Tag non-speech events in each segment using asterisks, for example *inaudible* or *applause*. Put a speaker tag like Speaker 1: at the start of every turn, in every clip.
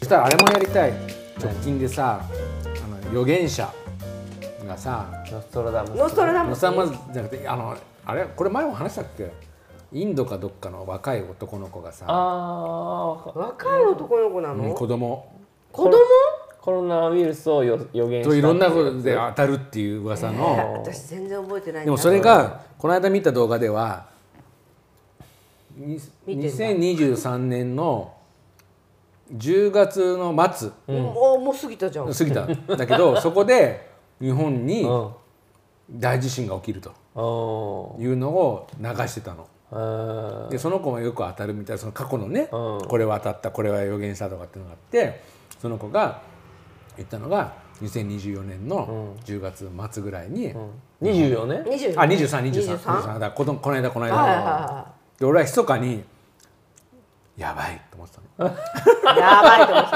Speaker 1: そしたらあれもやりたい直近でさあの預言者がさ
Speaker 2: ノストラダムス
Speaker 3: ノストラダム
Speaker 1: 野
Speaker 3: ス
Speaker 1: さんまずじゃなくてあのあれこれ前も話したっけインドかどっかの若い男の子がさ
Speaker 2: ああ
Speaker 3: 若い男の子な
Speaker 1: うん
Speaker 3: の
Speaker 1: 子供
Speaker 3: 子供
Speaker 2: コロナウイルスをよ予言した
Speaker 1: といろんなことで当たるっていう噂の
Speaker 3: 私全然覚えてないんだ
Speaker 1: でもそれがこの間見た動画ではに
Speaker 3: 見てんだ
Speaker 1: 2023年の10月の末
Speaker 3: もうもう過ぎたじゃん
Speaker 1: 過ぎたんだけ
Speaker 3: *laughs*
Speaker 1: どそこで日本に
Speaker 2: うん
Speaker 1: 大地震が起きると
Speaker 2: お
Speaker 1: いうのを流してたの。
Speaker 2: ー
Speaker 1: でその子がよく当たるみたいなその過去のね、
Speaker 2: うん
Speaker 1: これは当たったこれは予言したとかっていうのがあってその子が言ったのが2024年の10月末ぐらいに、
Speaker 2: うん24年
Speaker 3: 二十
Speaker 1: あ2323 23
Speaker 3: 23
Speaker 1: だからこのこの間この間、
Speaker 3: はいは
Speaker 1: で俺は密かにやばいと思ってたの
Speaker 3: いはいやばいと思って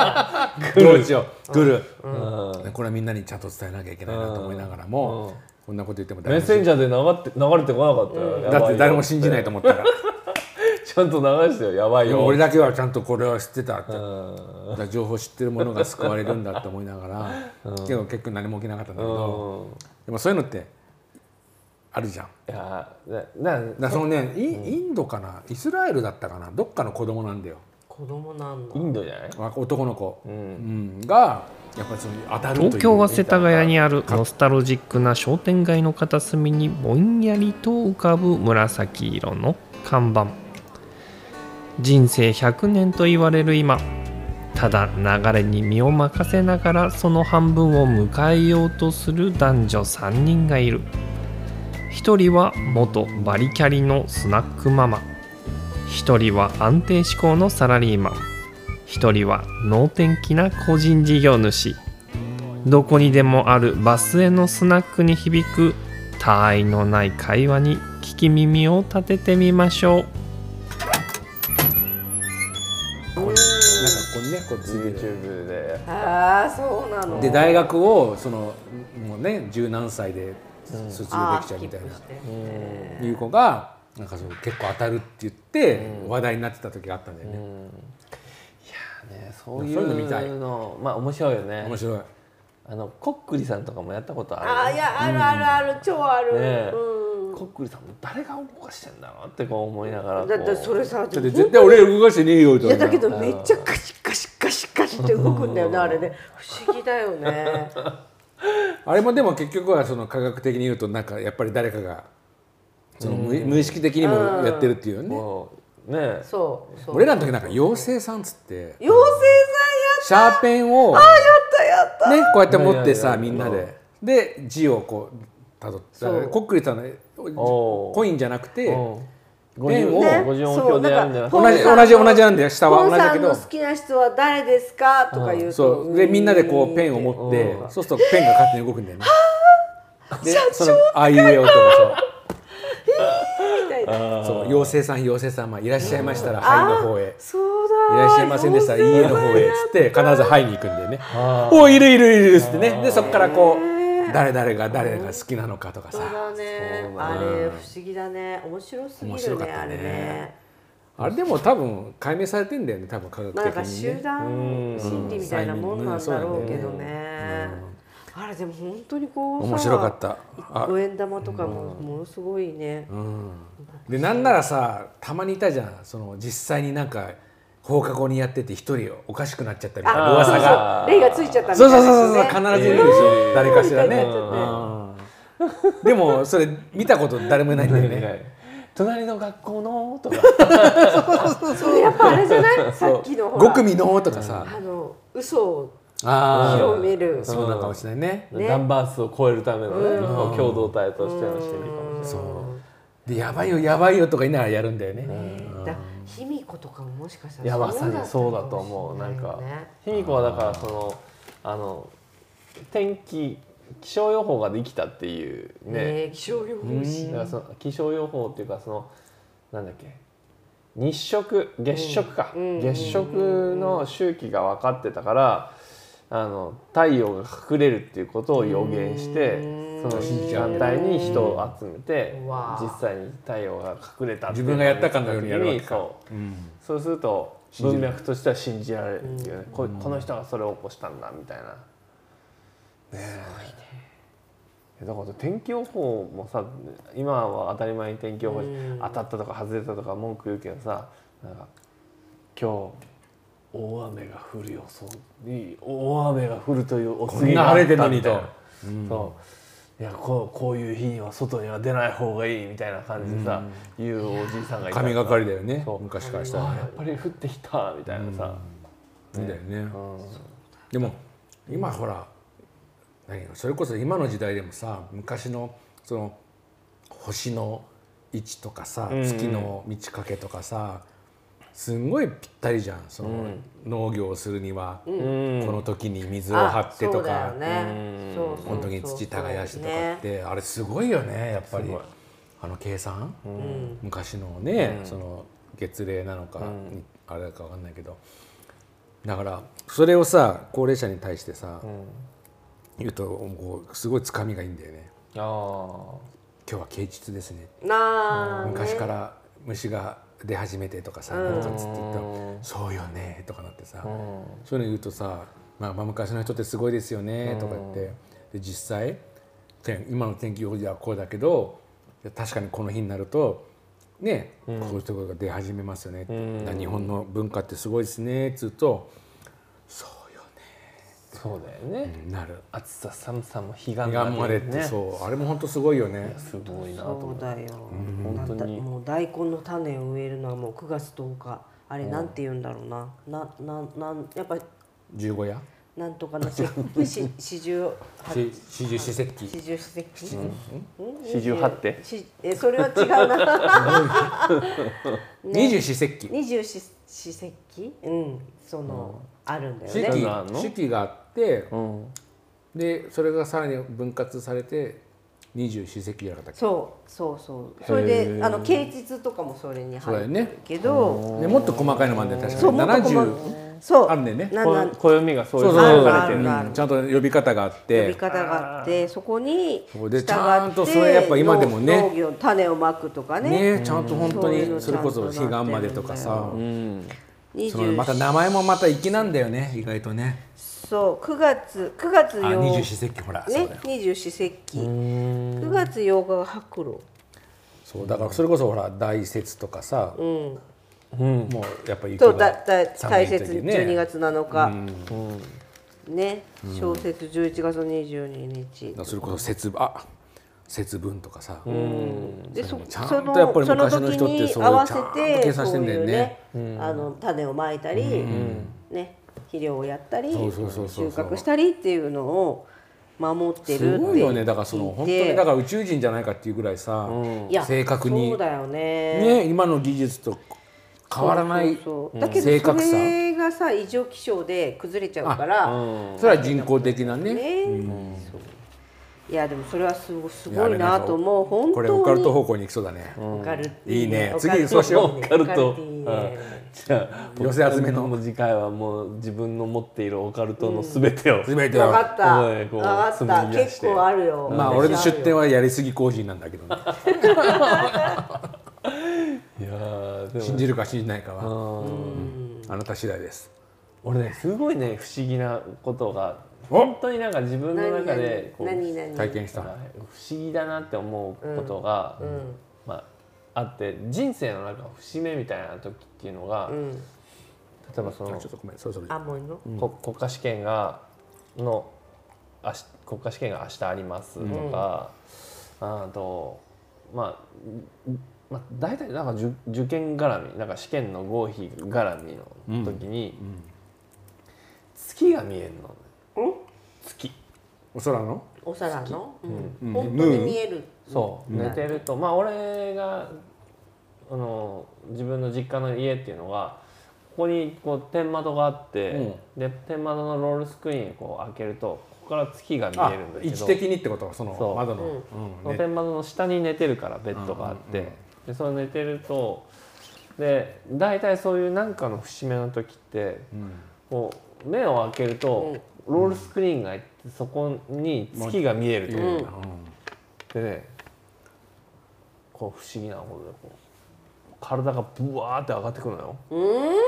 Speaker 3: た
Speaker 1: どうしよう *laughs* 来る、
Speaker 2: うん
Speaker 1: でこれはみんなにちゃんと伝えなきゃいけないなと思いながらも、
Speaker 2: うん
Speaker 1: こんなこと言っても
Speaker 2: メ
Speaker 1: 誰も
Speaker 2: ッ
Speaker 1: 信
Speaker 2: セン
Speaker 1: じ
Speaker 2: ジャーで流って流れてこなかったよ、やばいよ
Speaker 1: だって誰も信じないと思ったら
Speaker 2: *laughs* ちゃんと流してよやばい
Speaker 1: でも
Speaker 2: よ
Speaker 1: 俺だけはちゃんとこれは知ってたって、
Speaker 2: うん
Speaker 1: だから情報知ってるものが救われるんだって思いながら、でも結局何も起きなかったんだけど、
Speaker 2: うん
Speaker 1: でもそういうのってあるじゃん。だ
Speaker 2: いやなな
Speaker 1: からそのね、インインドかなイスラエルだったかなどっかの子供なんだよ
Speaker 3: 子供なんだ
Speaker 2: インドじゃない
Speaker 1: わ男の子、うんがやっぱりその当たるという
Speaker 4: 東京は世田谷にあるノスタルジックな商店街の片隅にぼんやりと浮かぶ紫色の看板人生100年と言われる今ただ流れに身を任せながらその半分を迎えようとする男女3人がいる1人は元バリキャリのスナックママ1人は安定志向のサラリーマン1人は能天気な個人事業主どこにでもあるバスへのスナックに響く他愛のない会話に聞き耳を立ててみましょう
Speaker 1: なんかこうねこうついてる
Speaker 2: YouTube で
Speaker 3: ああそうなの
Speaker 1: で大学をそのもうね十何歳で卒業
Speaker 3: あ
Speaker 1: で
Speaker 3: ー
Speaker 1: きちゃうみたい
Speaker 3: スキップ
Speaker 1: な
Speaker 3: して
Speaker 1: いう子がなんかそう結構当たるって言って話題になってた時があったんだよね。
Speaker 2: ねそうい
Speaker 1: そういうの見たいう
Speaker 2: のまあ面白いよね
Speaker 1: 面白い。
Speaker 2: あのコックリさんとかもやったことあるよね
Speaker 3: ああいやあるあるある超ある
Speaker 2: ねえ
Speaker 3: うん
Speaker 2: コックリさんも誰が動かしてんだろうってこう思いながらこう
Speaker 3: だってそれさ
Speaker 1: だって絶対俺動かしてねえよと
Speaker 3: い
Speaker 1: か言
Speaker 3: やだ
Speaker 1: うじ
Speaker 3: け
Speaker 1: ゃん
Speaker 3: どめっちゃカシカシカシカシって動くんだよねあれね不思議だよね
Speaker 1: あれもでも結局はその科学的に言うとなんかやっぱり誰かがその無意無意識的にもやってるっていうね
Speaker 2: もうね
Speaker 3: そうそう
Speaker 1: 俺らの時なんか妖精さんっつって
Speaker 3: 妖精さんや
Speaker 1: シャーペンをね
Speaker 3: ったやった
Speaker 1: こうやって持ってさ
Speaker 2: いやい
Speaker 1: み
Speaker 2: やいや
Speaker 1: んなでで字をこうたどってだから
Speaker 3: そう
Speaker 1: コックリさんの
Speaker 2: おー
Speaker 1: コインじゃなくて
Speaker 2: うん
Speaker 1: ペンを
Speaker 2: 50五十音響でやるんじゃなく
Speaker 3: そ
Speaker 2: て
Speaker 3: う
Speaker 1: 同
Speaker 3: なんか
Speaker 1: じ同じ同じなんだよ下
Speaker 3: ポ
Speaker 1: は
Speaker 3: ン
Speaker 1: 同じ
Speaker 3: さ
Speaker 1: だけ
Speaker 3: んの
Speaker 1: ど
Speaker 3: 好きな人は誰ですかとか言うと
Speaker 1: そうでみんなでこうペンを持って
Speaker 2: うん
Speaker 1: そうするとペンが勝手に動くんだよね。でそのあいうえおとかさ
Speaker 3: みたいな
Speaker 1: そう妖精さん妖精さんまあいらっしゃいましたら
Speaker 3: あ
Speaker 1: はいの方へ
Speaker 3: そう
Speaker 1: い
Speaker 3: だ
Speaker 1: らっしゃいませんでしたらいいえの方へっつって必ずはいに行くんだよねおいるいるいるっつってねでそこからこう誰々が誰が好きなのかとか
Speaker 3: そう
Speaker 1: さ
Speaker 3: だねあれ不思議だね面白すぎ
Speaker 1: 面
Speaker 3: る
Speaker 1: 白か
Speaker 3: ね
Speaker 1: った
Speaker 3: あれね
Speaker 1: ねあれでも多分解明されてんだよね多分科学
Speaker 3: なん
Speaker 1: 的
Speaker 3: か
Speaker 1: に
Speaker 3: 集
Speaker 1: ね
Speaker 3: 団心理みたいなもんなんだろうけど
Speaker 1: うんそうなんだ
Speaker 3: ねあれでも本当にこうさ
Speaker 1: 面白かったあ
Speaker 3: 五円玉とかもものすごいね
Speaker 1: でなんならさたまにいたじゃんその実際になんか放課後にやってて一人おかしくなっちゃったみたいな
Speaker 3: あ
Speaker 1: 噂が
Speaker 2: あー
Speaker 3: そうそう霊がついちゃったみた
Speaker 1: そう
Speaker 3: いな
Speaker 1: そう
Speaker 3: や
Speaker 1: そ
Speaker 3: つね
Speaker 1: うそう必ずいるでしょ、
Speaker 2: えー
Speaker 1: 誰かしらね
Speaker 3: うん
Speaker 1: うんでもそれ見たこと誰もいないんだよね
Speaker 2: ね隣の学校のとか
Speaker 3: そうやっぱあれじゃないさっきのほら
Speaker 1: 5組のとかさ、
Speaker 3: あの嘘を
Speaker 1: あ
Speaker 3: 広める
Speaker 1: あそうなのかもしれないね、
Speaker 3: ね
Speaker 2: ナンバー数を超えるためのねこう共同体としての心理かもしれない
Speaker 1: でやばいよやばいよとか言いながらやるんだよね、
Speaker 3: だ卑弥呼とかももしかしたら
Speaker 2: いやま
Speaker 3: った
Speaker 2: さ
Speaker 3: のか
Speaker 2: にそうだと思うなんか
Speaker 3: もしれいよね
Speaker 2: 卑弥呼はだからそのあの天気気象予報ができたっていうね
Speaker 3: ねえ気象予報士
Speaker 2: だからその気象予報っていうかそのなんだっけ日食月食か、月食の周期が分かってたからあの太陽が隠れるっていうことを予言して、その時間帯に人を集めて、
Speaker 3: うわ
Speaker 2: 実際に太陽が隠れたってい
Speaker 1: 自
Speaker 2: う
Speaker 1: 分がやったかのようにやるわけか
Speaker 2: そう,、そうすると
Speaker 1: 信じ
Speaker 2: 文
Speaker 1: る
Speaker 2: 脈としては信じられるっていうね、こいこの人がそれを起こしたんだみたいな。ねえだから天気予報もさ今は当たり前に天気予報で当たったとか外れたとか文句言うけどさなんか今日大雨が降る予想いい大雨が降るというお告げがあったみたい
Speaker 1: こんな晴れてんのにと
Speaker 2: そういやこうこういう日には外には出ない方がいいみたいな感じでさ、言うおじいさんがいた
Speaker 1: 神がかりだよね
Speaker 2: そう
Speaker 1: 昔からしたら
Speaker 2: あ
Speaker 1: ね
Speaker 2: やっぱり降ってきたみたいなさ、
Speaker 1: そうだよね、
Speaker 2: うん
Speaker 1: でも今ほら何よそれこそ今の時代でもさ昔のその星の位置とかさ
Speaker 2: んうん
Speaker 1: 月の満ち欠けとかさすんごいぴったりじゃんその農業をするにはこの時に水を張ってとか
Speaker 3: あそうだよねそうそうそう
Speaker 1: この時に土耕してとかってあれすごいよねやっぱり
Speaker 2: すごい
Speaker 1: あの計算
Speaker 3: うん
Speaker 1: 昔のねその月齢なのか
Speaker 2: ん
Speaker 1: あれだかわかんないけどだからそれをさ高齢者に対してさ言うとこうすごいつかみがいいんだよね
Speaker 2: ああ
Speaker 1: 今日は啓蟄ですね
Speaker 3: なあね
Speaker 1: 昔から虫が出始めてとかさなんかつって言ったら「そうよね」とかなってさそういうの言うとさ「まあ、まあ昔の人ってすごいですよね」とか言ってで実際天今の天気予報ではこうだけどいや確かにこの日になるとねこういうところが出始めますよねって、だから日本の文化ってすごいですねっつうと「そうよ
Speaker 2: そうだよね、
Speaker 1: ね」なる。
Speaker 2: 暑さ寒さも彼岸
Speaker 1: 彼岸までって
Speaker 2: う
Speaker 1: そうあれも本当すごいよね。
Speaker 2: すごいなと
Speaker 3: そ
Speaker 2: 思っ
Speaker 3: う
Speaker 2: て
Speaker 3: だよ、
Speaker 2: 本当に
Speaker 3: もう大根の種を植えるのはもう9月10日あれなんて言うんだろうな、ななんなんやっぱ
Speaker 1: 十五夜
Speaker 3: なんとかな *laughs* しし四十八
Speaker 1: し四十四節気
Speaker 3: 四十四節気
Speaker 2: 四十八手
Speaker 3: しえそれは違う
Speaker 1: *laughs*
Speaker 3: な
Speaker 1: 二十四節気
Speaker 3: 二十四四節気うんその、あるんだよ
Speaker 1: 四
Speaker 3: ね
Speaker 1: 季
Speaker 2: なんかあんの
Speaker 1: 四季があって
Speaker 2: うん
Speaker 1: でそれがさらに分割されて二十四節気じゃなかったっ
Speaker 3: そうそうそうそれであの啓蟄とかもそれに
Speaker 1: そうだよ
Speaker 3: 入る
Speaker 1: ね
Speaker 3: けど
Speaker 1: けでもっと細かいのもあんだよ確か
Speaker 3: そう
Speaker 1: に
Speaker 3: もっと細かい
Speaker 1: 70
Speaker 3: そう
Speaker 1: あるんだよね
Speaker 3: なな
Speaker 2: こ暦がそうい
Speaker 1: そううそ
Speaker 2: ふ
Speaker 1: う
Speaker 2: うに
Speaker 1: そう
Speaker 2: 分かれてる
Speaker 3: あるあ
Speaker 1: う
Speaker 3: る
Speaker 1: んちゃんと呼び方があっ
Speaker 3: 呼び
Speaker 1: て
Speaker 3: 方があってそこに
Speaker 1: そう
Speaker 3: 従
Speaker 1: で
Speaker 3: って
Speaker 1: ちゃんとそれやっぱ今でもね
Speaker 3: 農業種をまくとかね
Speaker 1: ねちゃんと本当
Speaker 3: そういう
Speaker 1: に
Speaker 3: の
Speaker 1: それこそ彼岸までとか
Speaker 3: ちゃんとな
Speaker 1: さ
Speaker 2: うん
Speaker 3: 20
Speaker 1: そのまた名前もまた粋なんだよね意外とね
Speaker 3: そう9月9月
Speaker 1: あ二十
Speaker 3: 8
Speaker 1: 四節気ほら
Speaker 3: 日
Speaker 1: そうだ
Speaker 3: ね
Speaker 1: よ
Speaker 3: 二十四節気9月8日が白露
Speaker 1: そうだからそれこそほら大雪とかさもうやっぱ雪
Speaker 3: とだ
Speaker 1: が
Speaker 3: だ
Speaker 1: 寒
Speaker 3: 大
Speaker 1: い時
Speaker 3: 雪
Speaker 1: ね
Speaker 3: 12月7日ね小雪11月22日
Speaker 1: それこそ節分あ節分とかさ
Speaker 3: でそ
Speaker 1: ちゃんと
Speaker 3: その
Speaker 1: やっぱり
Speaker 3: その
Speaker 1: 昔
Speaker 3: 時
Speaker 1: の人って
Speaker 3: に
Speaker 1: そう
Speaker 3: 合わせ
Speaker 1: ちゃんと計
Speaker 3: て
Speaker 1: 算し
Speaker 3: そ
Speaker 1: て
Speaker 3: うん
Speaker 1: だ
Speaker 3: い
Speaker 1: よ
Speaker 3: う
Speaker 1: ね
Speaker 3: ねあの種をまいたり、ね、肥料をやったり収
Speaker 1: そうそうそうそう
Speaker 3: 穫したりっていうのを守ってるって
Speaker 1: すごいよねだからその
Speaker 3: 聞
Speaker 1: 本
Speaker 3: い
Speaker 1: 当
Speaker 3: て
Speaker 1: にだから宇宙人じゃないかっていうぐらいさ、
Speaker 3: いや
Speaker 1: 正確に
Speaker 3: そうだよね
Speaker 1: ね今の技術と変わらない
Speaker 3: そうそうだけ
Speaker 1: 正
Speaker 3: どそ
Speaker 1: 確さ
Speaker 3: れがさ異常気象で崩れちゃうから、
Speaker 1: それは人工的なね
Speaker 3: ね、そういやでもそれはすごす
Speaker 1: いやあ
Speaker 3: ご
Speaker 1: れ
Speaker 3: いなと思う本
Speaker 1: これオカ
Speaker 3: 当
Speaker 1: ルト
Speaker 3: に
Speaker 1: 方向に行きそうだね、
Speaker 3: オカルティ
Speaker 1: いいね
Speaker 3: オカルティ
Speaker 1: 次そうしよう
Speaker 2: オカルト
Speaker 3: オカルティね
Speaker 2: じゃあ
Speaker 1: 寄せ集めの
Speaker 2: 僕次回はもう自分の持っているオカルトのすべてを、
Speaker 1: 全て
Speaker 3: 分か
Speaker 1: は
Speaker 3: った
Speaker 2: おいこう
Speaker 3: 分かっ
Speaker 2: 紡
Speaker 3: た
Speaker 2: ぎ出し
Speaker 3: 結
Speaker 2: て
Speaker 3: 構あるよ
Speaker 1: まあ俺の出店はやりすぎ工人なんだけど、ね、
Speaker 2: いやーでも
Speaker 1: 信じるか信じないかは
Speaker 2: うん
Speaker 1: あなた次第です
Speaker 2: 俺ねすごいね不思議なことが
Speaker 1: お
Speaker 2: 本当になんか自分の
Speaker 3: 何
Speaker 2: 中でこう
Speaker 3: 何何
Speaker 1: 体
Speaker 3: 何
Speaker 1: 験し
Speaker 2: な
Speaker 1: た
Speaker 2: んか不思議だなって思うことが、まあ、あって人生の中の節目みたいな時っていうのが、
Speaker 3: ん
Speaker 2: 例えばそ
Speaker 1: あ
Speaker 2: の
Speaker 1: ちょっとごめんそろそろ
Speaker 3: あもういいの
Speaker 2: こ国家試験がのあし国家試験が明日ありますとか、あとまあ、んまあ、大体なんか受受験絡みなんか試験の合否絡みの時に、月が見えるの、月
Speaker 1: お空の
Speaker 3: お皿の、う、
Speaker 1: うんん
Speaker 3: 本当に見える
Speaker 2: そう、寝てるとまあ俺があの自分の実家の家っていうのがここにこう天窓があって、で天窓のロールスクリーンをこう開けるとここから月が見
Speaker 1: あ
Speaker 2: えるんだけ
Speaker 1: 位置
Speaker 2: ど
Speaker 1: 的にってことそ
Speaker 2: そ
Speaker 1: の
Speaker 2: う
Speaker 1: 窓の、
Speaker 2: そ
Speaker 1: うん
Speaker 2: の
Speaker 1: ね
Speaker 2: 天窓の下に寝てるからベッドがあって、でその寝てるとで大体そういう何かの節目の時って、こう目を開けると、ロールスクリーンがあってそこに月が見えると。
Speaker 1: うん
Speaker 2: でねこう不思議なことでこう体がブワーって上がってくるのよ。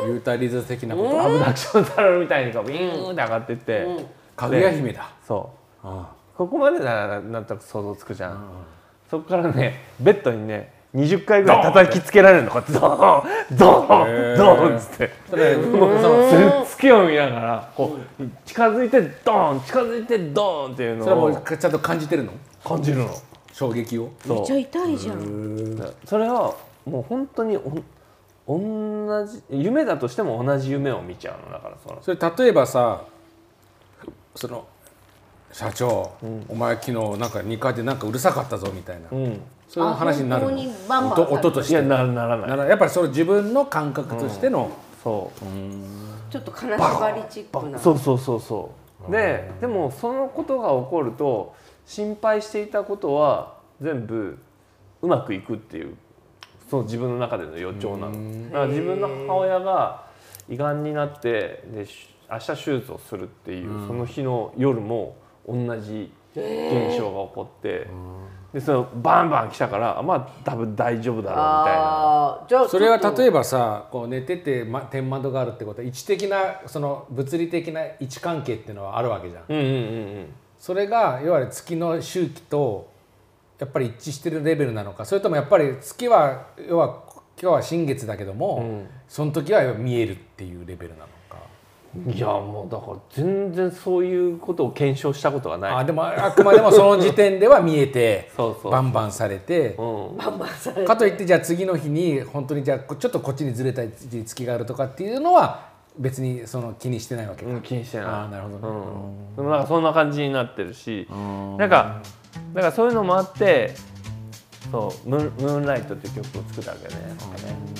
Speaker 1: ユータリズ的なこと、
Speaker 2: アブダクションタロルみたいにこうビーンって上がってって、
Speaker 1: かぐや姫だ、
Speaker 2: そう
Speaker 1: あ
Speaker 2: ここまでならなんとなく想像つくじゃん、そこからねベッドにね20回ぐらい叩きつけられるのこうやってドーンドー
Speaker 1: へ
Speaker 2: ン
Speaker 1: ー
Speaker 2: ドーンっつって。
Speaker 1: あただ
Speaker 2: もうその月を見ながらこう近づいてドーン近づいてドーンっていう
Speaker 1: それは
Speaker 2: の
Speaker 1: も
Speaker 2: を
Speaker 1: うちゃんと感じてるの
Speaker 2: 感じるの
Speaker 1: 衝撃を
Speaker 3: めっ
Speaker 2: そ
Speaker 3: ちゃ痛いじゃん。
Speaker 2: うそれはもう本当におん同じ夢だとしても同じ夢を見ちゃうのだからその
Speaker 1: それ例えばさその社長、お前昨日なんか2階でなんかうるさかったぞみたいな、
Speaker 2: うん
Speaker 1: そういう話になるの
Speaker 3: あ本当にバンバン
Speaker 1: 音音とし
Speaker 2: いや
Speaker 1: て
Speaker 2: ななら
Speaker 1: な
Speaker 2: ない
Speaker 1: らやっぱりその自分の感覚としての、
Speaker 2: そう
Speaker 3: ちょっと金縛りチックな。
Speaker 2: そうそうそうそうででもそのことが起こると心配していたことは全部うまくいくっていうその自分の中での予兆なのだから自分の母親が胃がんになってでし明日手術をするっていうその日の夜も同じ現象が起こってでそのバンバン来たからあまあ多分大丈夫だろうみたいな。
Speaker 3: ああ、じゃあ
Speaker 1: それは
Speaker 3: ちょっと
Speaker 1: 例えばさこう寝てて、ま、天窓があるってことは位置的なその物理的な位置関係っていうのはあるわけじゃん
Speaker 2: うんうんうんうん
Speaker 1: それが要は月の周期とやっぱり一致してるレベルなのかそれともやっぱり月は要は今日は新月だけども、その時は見えるっていうレベルなのか、
Speaker 2: いやもうだから全然そういうことを検証したことがない
Speaker 1: あでもあくまでもその時点では見えて
Speaker 2: そうそう
Speaker 1: バンバンされて
Speaker 2: うん
Speaker 3: バンバンされる
Speaker 1: かといってじゃあ次の日に本当にじゃあこちょっとこっちにずれた月があるとかっていうのは別にその気にしてないわけか、
Speaker 2: うん、気にしてない
Speaker 1: あーなるほどね
Speaker 2: うん、でもなんかそんな感じになってるしなんかだからそういうのもあってそうムーン「ムーンライト」っていう曲を作ったわけよねなんかね